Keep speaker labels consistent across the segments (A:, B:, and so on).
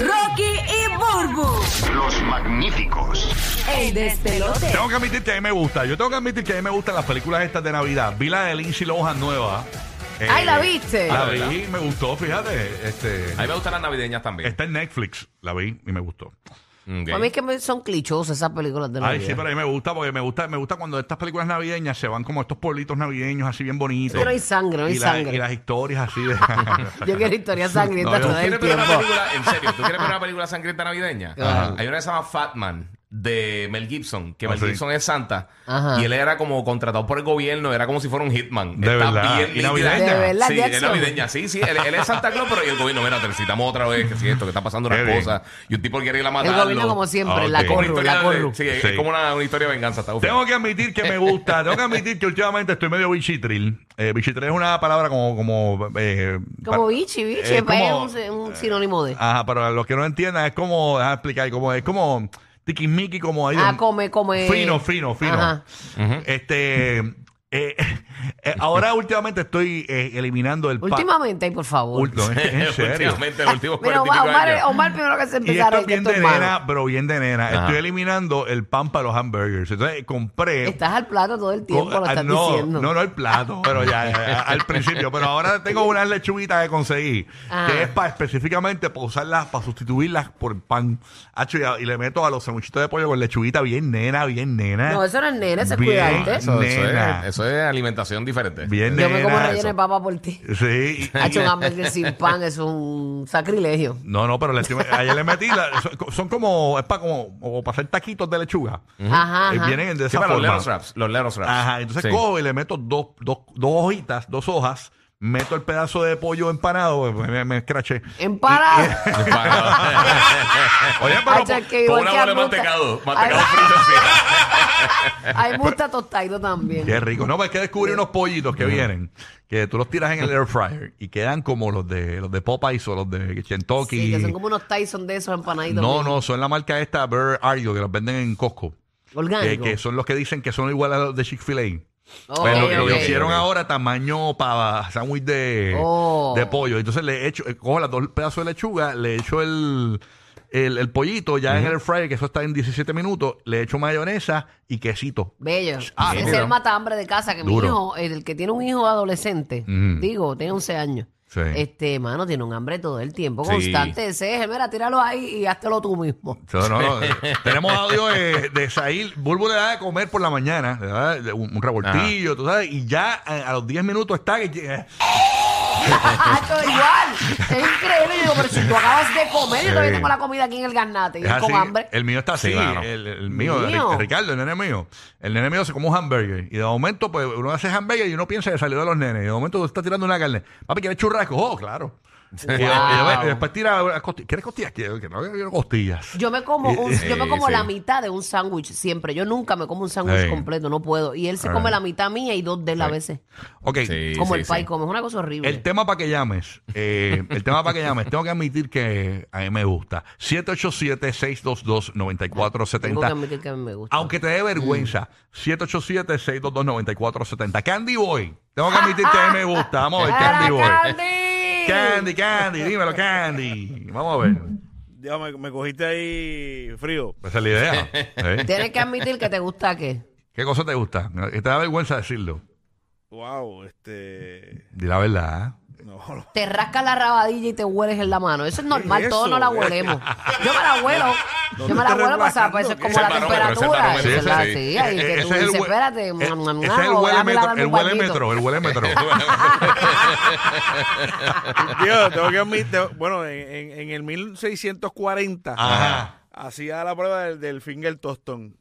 A: Rocky y Burbu.
B: Los magníficos.
A: El despelote.
C: Tengo que admitir que a mí me gusta. Yo tengo que admitir que a mí me gustan las películas estas de Navidad. Vi la de Lindsay Lohan nueva. Eh,
D: Ay, ¿la viste?
C: La vi, me gustó, fíjate. Este,
E: A mí me gustan las navideñas también.
C: está en Netflix, la vi y me gustó.
E: Ok.
D: A mí es que me- son clichosas esas películas de
C: Ay,
D: Navidad.
C: sí, pero a mí me gusta porque me gusta, me gusta cuando estas películas navideñas se van como a estos pueblitos navideños así bien bonitos.
D: Es que no hay sangre, no hay
C: y la-
D: sangre.
C: Y las historias así de...
D: Yo quiero historias
C: No,
D: sangrientas
C: yo-
E: ¿Tú
D: todo
E: quieres
D: el
E: ver una
D: tiempo.
E: película, en serio, ¿tú quieres ver una película sangrienta navideña? Hay una que se llama Fat Man de Mel Gibson, que
C: Ah,
E: Mel
C: sí.
E: Gibson es santa
D: Ajá.
E: y él era como contratado por el gobierno, era como si fuera un hitman.
C: De verdad. ¿Y
E: nítida.
C: navideña?
D: De verdad,
E: sí, es
D: Jackson.
E: navideña, sí, sí, él, él es Santa Claus, pero y el gobierno, mira, te necesitamos otra vez, que si esto, que está pasando
C: Qué
E: unas
C: bien.
E: cosas, y un tipo quiere ir a
D: El
E: matarlo.
D: gobierno, como siempre,
C: Ah,
D: la
C: ok. Como
D: corru,
E: historia
D: la
E: de-
D: corru.
E: sí, es-
C: Sí.
E: es como una, una historia de venganza. Está
C: Tengo que admitir que me gusta, tengo que admitir que últimamente estoy medio bichitril. Eh, bichitril es una palabra como... como eh,
D: Como
C: pa-
D: bichi, bichi.
C: Es
D: Es,
C: como-
D: un, un sinónimo de. ah,
C: Ajá, pero a los que no entiendan es como, déjame explicar, como es como tiquismiqui, como ahí.
D: Ah, come, come.
C: Fino, fino, fino.
D: Ajá.
C: Este, eh, eh, ahora últimamente estoy eh, eliminando el pa-
D: Últimamente, ay, por favor.
C: Ulti- en serio.
E: Últimamente, los últimos
D: Mira,
E: 40 y
D: Omar,
E: pico
D: Omar, ¿eh?
E: años.
D: Omar primero que se
C: Y
D: empezara.
C: esto
D: es
C: es
D: que
C: bien
D: esto es
C: de
D: malo.
C: nena, pero bien de nena.
E: Ajá.
C: Estoy eliminando el pan para los hamburgers. Entonces compré.
D: Estás al plato todo el tiempo,
C: eh. Co-
D: lo
C: ah,
D: estás
C: no,
D: diciendo.
C: No, no el plato, pero ya, ya, al principio. Pero ahora tengo unas lechuguitas que conseguí,
D: Ah.
C: que es para específicamente para usarlas, para sustituirlas por pan. Hacho, y, a- y le meto a los sanguchitos de pollo con lechuguita bien nena, bien nena.
D: No, eso no es nena, eso es
C: Bien,
D: cuidarte.
E: Eso, eso
C: Nena.
E: es, eso es alimentación diferente.
C: Bien
D: Yo me como
C: nena.
D: relleno de papa por ti.
C: eso. Sí. y-
D: Ha hecho
C: y-
D: un hamburger sin pan, es un sacrilegio.
C: no, no, pero le estoy- ayer le metí, la- son, son como, es para como, como para hacer taquitos de lechuga.
D: Ajá,
C: Y
D: ajá.
C: vienen de
E: Sí,
C: esa
E: para los
C: forma.
E: Leros Raps. Los Leros Raps.
C: Ajá, entonces
E: Sí.
C: cojo y le meto dos, dos, dos hojitas, dos hojas, meto el pedazo de pollo empanado, pues, me, me, me escraché.
D: Empanado.
E: Oye,
D: pero Hacha, que
E: con
D: igual que
E: una bola de
D: a Bruta.
E: mantecado, mantecado
D: Ay,
E: frito así.
D: Hay mucha tostado también.
C: Pues, eh, Qué rico. No, pero es que descubrí unos pollitos que vienen, que tú los tiras en el air fryer y quedan como los de los de Popeyes o los de Kentucky.
D: Sí, que son como unos Tyson de esos empanaditos.
C: no,
D: bien
C: no, son la marca esta Bird Argo que los venden en Costco. Que,
D: Orgánicos.
C: que son los que dicen que son iguales a los de Chick-fil-A.
D: Ok,
C: Pero
D: ok.
C: Pues lo que
E: ok.
C: hicieron ahora tamaño para sándwich de,
D: Oh.
C: de pollo. Entonces le echo, eh, cojo las dos pedazos de lechuga, le echo el, el, el pollito ya en el air fryer, que eso está en 17 minutos, le echo mayonesa y quesito.
D: Bello.
C: Ah,
D: Ese
C: duro.
D: es el matambre de casa que
C: Duro.
D: mi hijo, el que tiene un hijo adolescente,
C: Mm.
D: digo, tiene 11 años.
C: Sí.
D: Este, mano, tiene un hambre todo el tiempo
E: Sí.
D: constante. Ese es, mira, tíralo ahí y háztelo tú mismo.
C: No, no, no. Tenemos audio de, de Sahil. Bulbo le da de comer por la mañana, le da de- un, un revoltillo, tú sabes, y ya a, a los 10 minutos está que eh,
D: Hacho, igual. Es increíble. Yo digo, pero si tú acabas de comer, yo
C: Sí.
D: todavía tengo la comida aquí en el garnate. Y
C: es
D: él
C: así.
D: con hambre.
C: El mío está así.
E: Sí, claro.
C: El, el mío, el-
D: Mío.
C: el Ricardo, el nene mío. El nene mío se come un hamburger. Y de momento, pues, uno hace hamburger y uno piensa que salió de los nenes. Y de momento tú estás tirando una carne. Papi, ¿quieres churrasco? Oh, claro. Y, y- y- y después tira unas costillas. ¿Quieres costillas? Quiero, que no yo quiero costillas.
D: Yo me como, un- yo me
E: Sí,
D: como
E: sí.
D: la mitad de un sándwich siempre. Yo nunca me como un sándwich
C: Sí.
D: completo, no puedo. Y él se come
C: Right.
D: la mitad mía y dos de él a veces.
C: Ok.
E: Sí,
D: como
E: sí,
D: el
E: sí.
D: pay come, es una cosa horrible.
C: El tema para que llames, eh, el tema para que llames, tengo que admitir que a mí me gusta. 787-622-9470.
D: Tengo que admitir que a mí me gusta.
C: Aunque te dé vergüenza, 787-622-9470. Candy Boy. Tengo que admitir que a mí me gusta. Vamos a ver,
D: ¡Para
C: Candy Boy.
D: Candy!
C: Candy, Candy, dímelo, Candy. Vamos a ver. Pues
F: Ya me, me cogiste ahí frío.
C: Esa es la idea. ¿eh?
D: Tienes que admitir que te gusta qué.
C: ¿Qué cosa te gusta? Que te da vergüenza decirlo.
F: Wow, este.
C: Di la verdad.
F: No,
D: Te rascas la rabadilla y te hueles en la mano. Eso es normal,
F: es
D: todos no
F: eso?
D: la huelemos. Yo me la huelo.
F: No,
D: Yo
F: tú
D: me la
F: te
D: huelo pasar, pues
F: relajando,
D: eso es como la
F: ¿qué?
E: Ese es barómetro,
D: temperatura.
E: ese es
D: eso es la-
E: barómetro,
D: sí,
C: ese-
D: ahí que tú
C: ese
D: dices,
C: hue-
D: espérate.
C: eh,
D: mua, mua,
C: ese
D: mua,
C: es el
D: o
C: huele
D: dame la
C: metro,
D: dame
C: el
D: un
C: huele
D: bañito.
C: metro, el huele metro.
F: Tío, tengo que admitir. Bueno, en, en- en el 1640
C: Ajá.
F: hacía la prueba del, del finger tostón.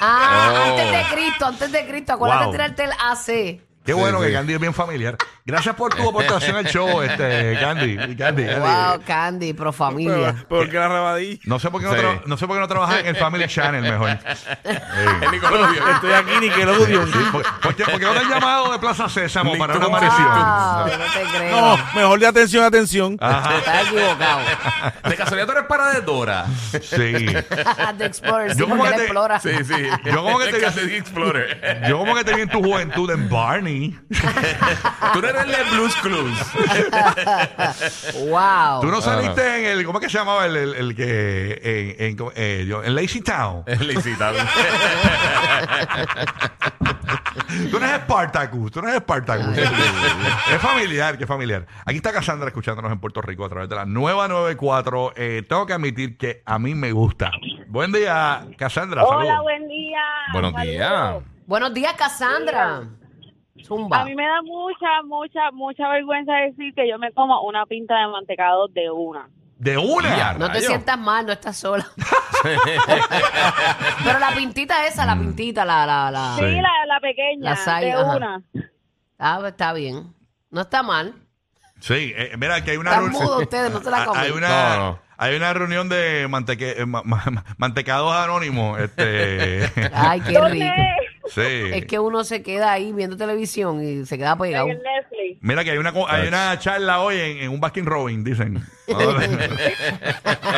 D: Ah,
E: Oh.
D: antes de Ah, Cristo, antes de Cristo. Acuérdate
C: Oh. Wow.
D: de tirarte el AC.
C: Qué bueno
E: Sí,
C: que
E: sí.
C: Candy es bien familiar. Gracias por tu aportación al show, este, Candy. Candy, Candy.
D: Wow, Candy, pro familia.
F: Pero- Porque la rabadilla.
C: No sé por qué no,
E: Sí.
C: tra- no sé por qué no trabajan en Family Channel mejor.
E: El Nickelodeon.
F: Estoy aquí, Nickelodeon.
C: Sí, por- porque, porque no te han llamado de Plaza Sésamo para una
E: Ni tú.
C: aparición.
D: Wow, no te creo.
F: No, mejor de atención, atención.
D: Estás equivocado.
E: De casualidad tú eres para de Dora.
C: Sí.
D: The Explorer,
C: Yo
D: sí,
C: como
D: porque
C: que
D: la
C: te-
D: explora.
E: Sí, sí.
C: Yo como que te-
E: Candy Explorer.
C: Yo como que te vi en tu juventud en Barney.
E: Tú no eres el de Blues Clues.
D: Wow.
C: Tú no saliste en el, ¿cómo es que se llamaba el, el- el que en, en- ¿cómo- eh, yo- en Lazy Town?
E: El incitable.
C: Tú no eres Spartacus, tú no eres Spartacus. es familiar, que es familiar. Aquí está Cassandra escuchándonos en Puerto Rico a través de la nueva 94. Eh, tengo que admitir que a mí me gusta. Buen día, Cassandra.
G: Hola,
C: saludos.
G: buen día.
E: Ah, Buenos
G: Saludos.
E: días.
D: Buenos días, Cassandra.
G: A
D: Zumba.
G: mí me da mucha, mucha, mucha vergüenza decir que yo me como una pinta de mantecado de una.
C: De una.
E: Ya,
D: No te
E: Rayo.
D: sientas mal, no estás sola. Pero la pintita esa,
C: Mm.
D: la pintita, la, la, la.
G: Sí,
C: Sí.
G: la, la pequeña,
D: La sai-
G: de
D: ajá.
G: una.
D: Ah, está bien. No está mal.
C: Sí, eh, mira que hay una
D: Están
C: reunión-
D: mudos ustedes, no se la comen.
C: Ah, Hay una,
E: No, no.
C: hay una reunión de manteque- eh, ma- ma- mantecados anónimos. Este,
D: Ay, qué rico.
G: ¿Dónde?
C: sí.
D: Es que uno se queda ahí viendo televisión y se queda pegado.
G: En Netflix.
C: Mira que hay una, co- hay una charla hoy en, en un Baskin Robin, dicen.
E: Ah,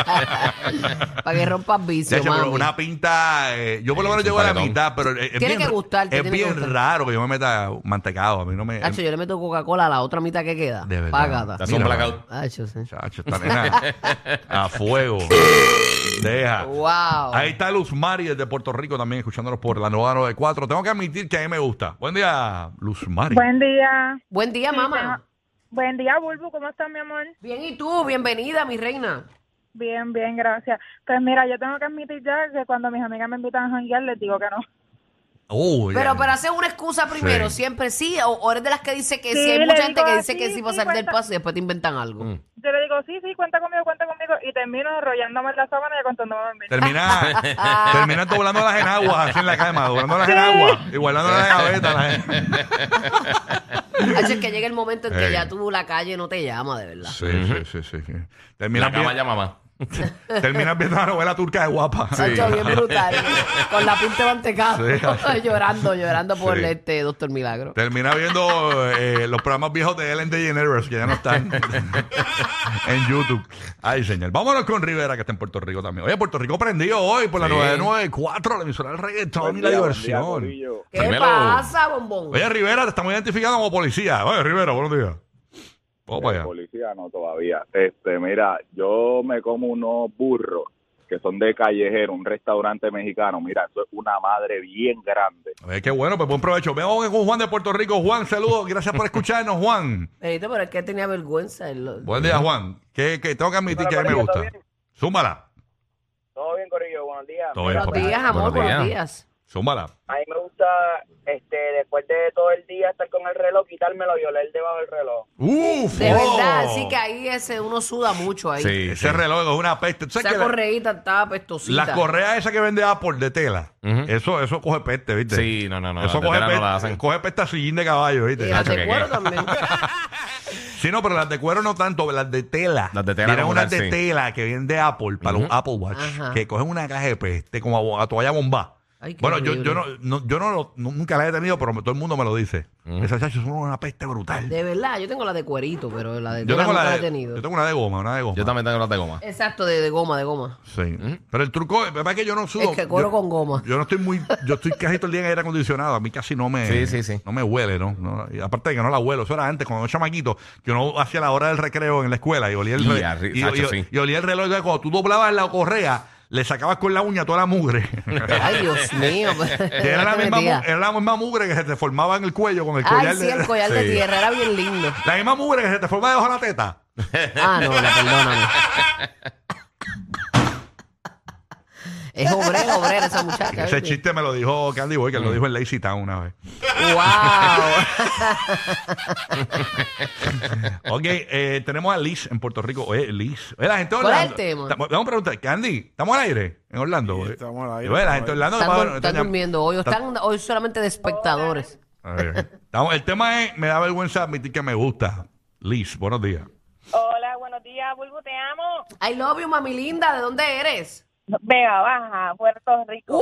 D: Para que rompas
C: De
D: vicio,
C: hecho, pero
D: mami.
C: una pinta. eh, yo por lo menos
E: es un
C: llego a la
E: paletón.
C: mitad, pero eh, es, es
D: Tiene
C: bien,
D: que gustarte,
C: es
D: tiene que
C: bien
D: gustarte.
C: raro que yo me meta mantecado. A mí no me.
D: Hacho, yo le meto Coca-Cola a la otra mitad que queda.
C: De verdad.
D: Págata.
E: Te hace un
C: Mira,
E: blackout.
D: Hacho, sí.
C: Chacho, esta nena a fuego. Deja.
D: Wow.
C: Ahí está Luz Mari desde Puerto Rico también escuchándonos por la nueva 94. Tengo que admitir que a mí me gusta. Buen día, Luz Mari.
G: Buen día.
D: Buen día, mamá.
G: Buen día, Bulbu. ¿Cómo estás, mi amor?
D: Bien, ¿y tú? Bienvenida, mi reina.
G: Bien, bien, gracias. Pues mira, yo tengo que admitir ya que cuando mis amigas me invitan a janguear, les digo que no.
C: Oh,
D: Pero,
C: ya.
D: pero haces una excusa primero,
C: Sí.
D: siempre sí, o, o eres de las que dice que sí,
G: Sí,
D: hay
G: le
D: mucha gente
G: digo,
D: que dice
G: "Sí,
D: que sí
G: sí,
D: para salir del
G: cuenta".
D: paso y después te inventan algo.
C: Mm.
G: Yo le digo, sí, sí, cuenta conmigo, cuenta conmigo. Y termino enrollándome en la sábana y acostándome a dormir.
C: Termina, termina doblando las enaguas así en la cama, doblando las enaguas y guardando las gavetas. las-
D: Así es que llega el momento en que
C: Ey.
D: ya tú la calle no te llama, de verdad.
C: Sí, sí, sí, sí. Termina
E: La cama llama mamá.
C: Terminas viendo la novela turca de guapa.
D: Hacho, bien brutal. Con la pinta de mantecado.
C: Sí, hacho.
D: llorando, llorando por
C: Sí.
D: este Doctor Milagro.
C: Termina viendo eh, los programas viejos de Ellen DeGeneres que ya no están en YouTube. Ay, señor. Vámonos con Rivera, que está en Puerto Rico también. Oye, Puerto Rico prendió hoy por la
E: Sí.
C: 994, la emisora del reggaetón y la diversión.
D: ¿Qué
E: Dímelo.
D: pasa, bombón?
C: Oye, Rivera, te estamos identificando como policía. Oye, Rivera, buenos días. Vamos para allá.
H: Policía no todavía. Este, mira, yo me como unos burros que son de callejero, un restaurante mexicano. Mira, eso es una madre bien grande.
C: Oye, qué bueno, pues buen provecho. Vemos con Juan de Puerto Rico. Juan, saludos. Gracias por escucharnos, Juan.
D: Benito, pero es que tenía vergüenza. él lo-
C: Buen día, Juan. Que, que tengo que admitir que a mí me gusta. Súmala.
I: Todo bien, Corillo, buenos días.
C: Todo
D: Buenos
C: bien,
D: días, amor,
E: Buenos
D: buenos
E: días.
D: días.
C: Súmala.
I: A mí me gusta, este, después de todo el día estar con el reloj, quitármelo y oler debajo del reloj.
C: Uf,
D: De
C: oh.
D: verdad, así que ahí ese uno suda mucho ahí.
E: Sí,
C: Ese
E: sí.
C: reloj es una peste. ¿Tú sabes
D: Esa
C: que la-
D: correíta estaba pestosita.
C: las correas esas que vende Apple de tela,
E: Ujú.
C: eso, eso coge peste, ¿viste?
E: Sí, no, no, no.
C: Eso
E: las de
C: coge,
E: tela
C: peste,
E: no la hacen.
C: coge peste a sillín de caballo,
D: Y
C: ¿viste?
D: las
E: Nacho,
D: de
E: que-
D: cuero también.
C: Sí, no, pero las de cuero no tanto, las de tela.
E: Las de tela
C: Tienen
E: como
C: unas
E: tal,
C: de
E: sí.
C: tela que venden de Apple para los Apple Watch,
D: Ajá.
C: que cogen una caja de peste como a, bo- a toalla bomba.
D: Ay, qué
C: bueno, yo,
D: horrible.
C: yo, no, no- yo no lo- nu- nunca la he tenido, pero todo el mundo me lo dice. Esas chachas son una peste brutal.
D: De verdad, yo tengo la de cuerito, pero la de
C: yo,
D: tela
C: tengo
D: nunca
C: la
D: la he
C: de,
D: tenido.
C: yo tengo una de goma, una de goma.
E: Yo también tengo las de goma.
D: Exacto, de, de goma, de goma.
C: Sí. Pero el truco, el papá es que yo no sudo.
D: Es que cuero
C: yo,
D: con goma.
C: Yo no estoy muy, yo estoy casi todo el día en aire acondicionado. A mí casi no me,
E: Sí, sí, sí.
C: no me huele, ¿no? No, y aparte de que no la huelo. Eso era antes, cuando era chamaquito, que uno hacía la hora del recreo en la escuela y olía el,
E: Y
C: re-
E: arri-
C: y,
E: Sacho,
C: y-
E: sí.
C: y olía el reloj. Entonces, Cuando tú doblabas la correa, le sacabas con la uña toda la mugre.
D: Ay, Dios mío. pues.
C: Que era, la
D: ¿dónde
C: misma, mu-
D: metía?
C: era la misma mugre que se te formaba en el cuello con el collar
D: Este Ay, sí, el collar
C: Sí.
D: de tierra era bien lindo.
C: La misma mugre que se te forma debajo de la teta.
D: Ah, no, la perdóname. Es obrera, obrera esa muchacha.
C: Ese
D: ¿viste?
C: chiste me lo dijo Candy Boy, que
E: Mm.
C: lo dijo en Lazy Town una vez.
D: ¡Wow!
C: Ok, eh, tenemos a Liz en Puerto Rico. Oye, Liz. Oye, la gente de
D: ¿Cuál es el
C: Orlando.
D: tema?
C: Estamos- Vamos a preguntar, Candy, ¿estamos al aire? En Orlando.
F: Sí,
C: oye.
F: estamos al aire,
C: Oye, la
F: estamos
C: gente de
F: al
C: Orlando.
D: Están,
C: va-
D: dur- están
C: está-
D: durmiendo hoy, o
C: está-
D: están hoy solamente de espectadores.
C: Está bien. Estamos- El tema es, me da vergüenza admitir que me gusta. Liz, buenos días.
G: Hola, buenos días, Bulbu, te amo.
D: I love you, mami linda. ¿De dónde eres?
G: Vega Baja, Puerto Rico.
D: Uy,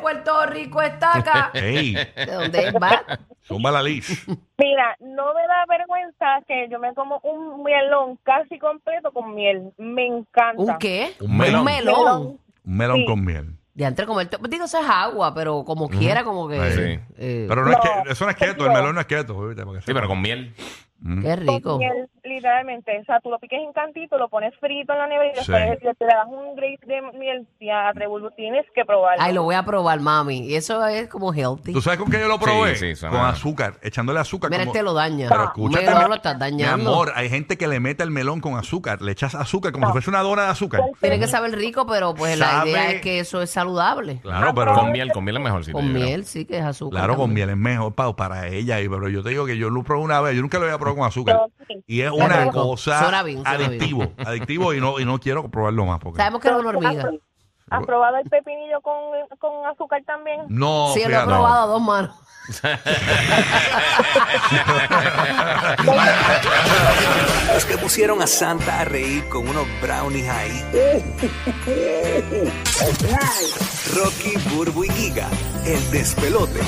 D: Puerto Rico está acá.
C: Ey,
D: Uh. ¿De dónde es? va?
C: zumba la Liz.
G: Mira, no me da vergüenza que yo me como un mielón casi completo con miel. Me encanta.
D: ¿Un qué?
C: Un melón.
D: Un melón.
C: Un melón
G: Sí.
C: con miel.
D: De antes comer. Digo, eso es agua, pero como quiera, como que.
E: Sí.
D: eh,
C: Pero no, es
G: No,
C: que, eso no es quieto, el
G: no.
C: melón no es quieto. ¿viste? Porque
E: Sí, pero con miel.
D: Qué
G: Con
D: rico.
G: miel, literalmente. O sea, tú lo piques en cantito, lo pones frito en la nevera y
C: Sí.
G: después le- te le das un grape de miel. Ya, Bulbu, tienes que probarlo.
D: Ay, lo voy a probar, mami. Y eso es como healthy.
C: ¿Tú sabes con qué yo lo probé?
E: Sí, sí, suena
C: con
E: bien.
C: azúcar, echándole azúcar.
D: Mira,
C: como-
D: este lo daña.
C: Pero
D: Un
C: escúchate,
D: melón
C: mi-
D: lo estás
C: mi
D: dañando.
C: amor, hay gente que le mete el melón con azúcar, le echas azúcar como si fuese una dona de azúcar.
D: Tiene que saber rico, pero pues la
C: Sabe-
D: idea es que eso es saludable.
C: Claro, pero
E: Con miel, con miel es mejor. sí,
D: Con
E: yo creo.
D: miel, sí que es azúcar.
C: Claro, con
D: también.
C: miel es mejor pa- para ella, y- pero yo te digo que yo lo probé una vez, yo nunca lo había probado con azúcar.
G: Sí.
C: Y es una
D: rico.
C: cosa
D: Suena bien, suena bien.
C: adictivo, adictivo y no, y no quiero probarlo más porque
D: Sabemos que es una hormiga.
G: ¿Has probado el pepinillo con, con azúcar también?
C: no,
D: Sí, lo he
C: fíjate, no.
D: probado a dos manos.
J: Los que pusieron a Santa a reír con unos brownies ahí. Rocky, Burbu y Giga, el despelote.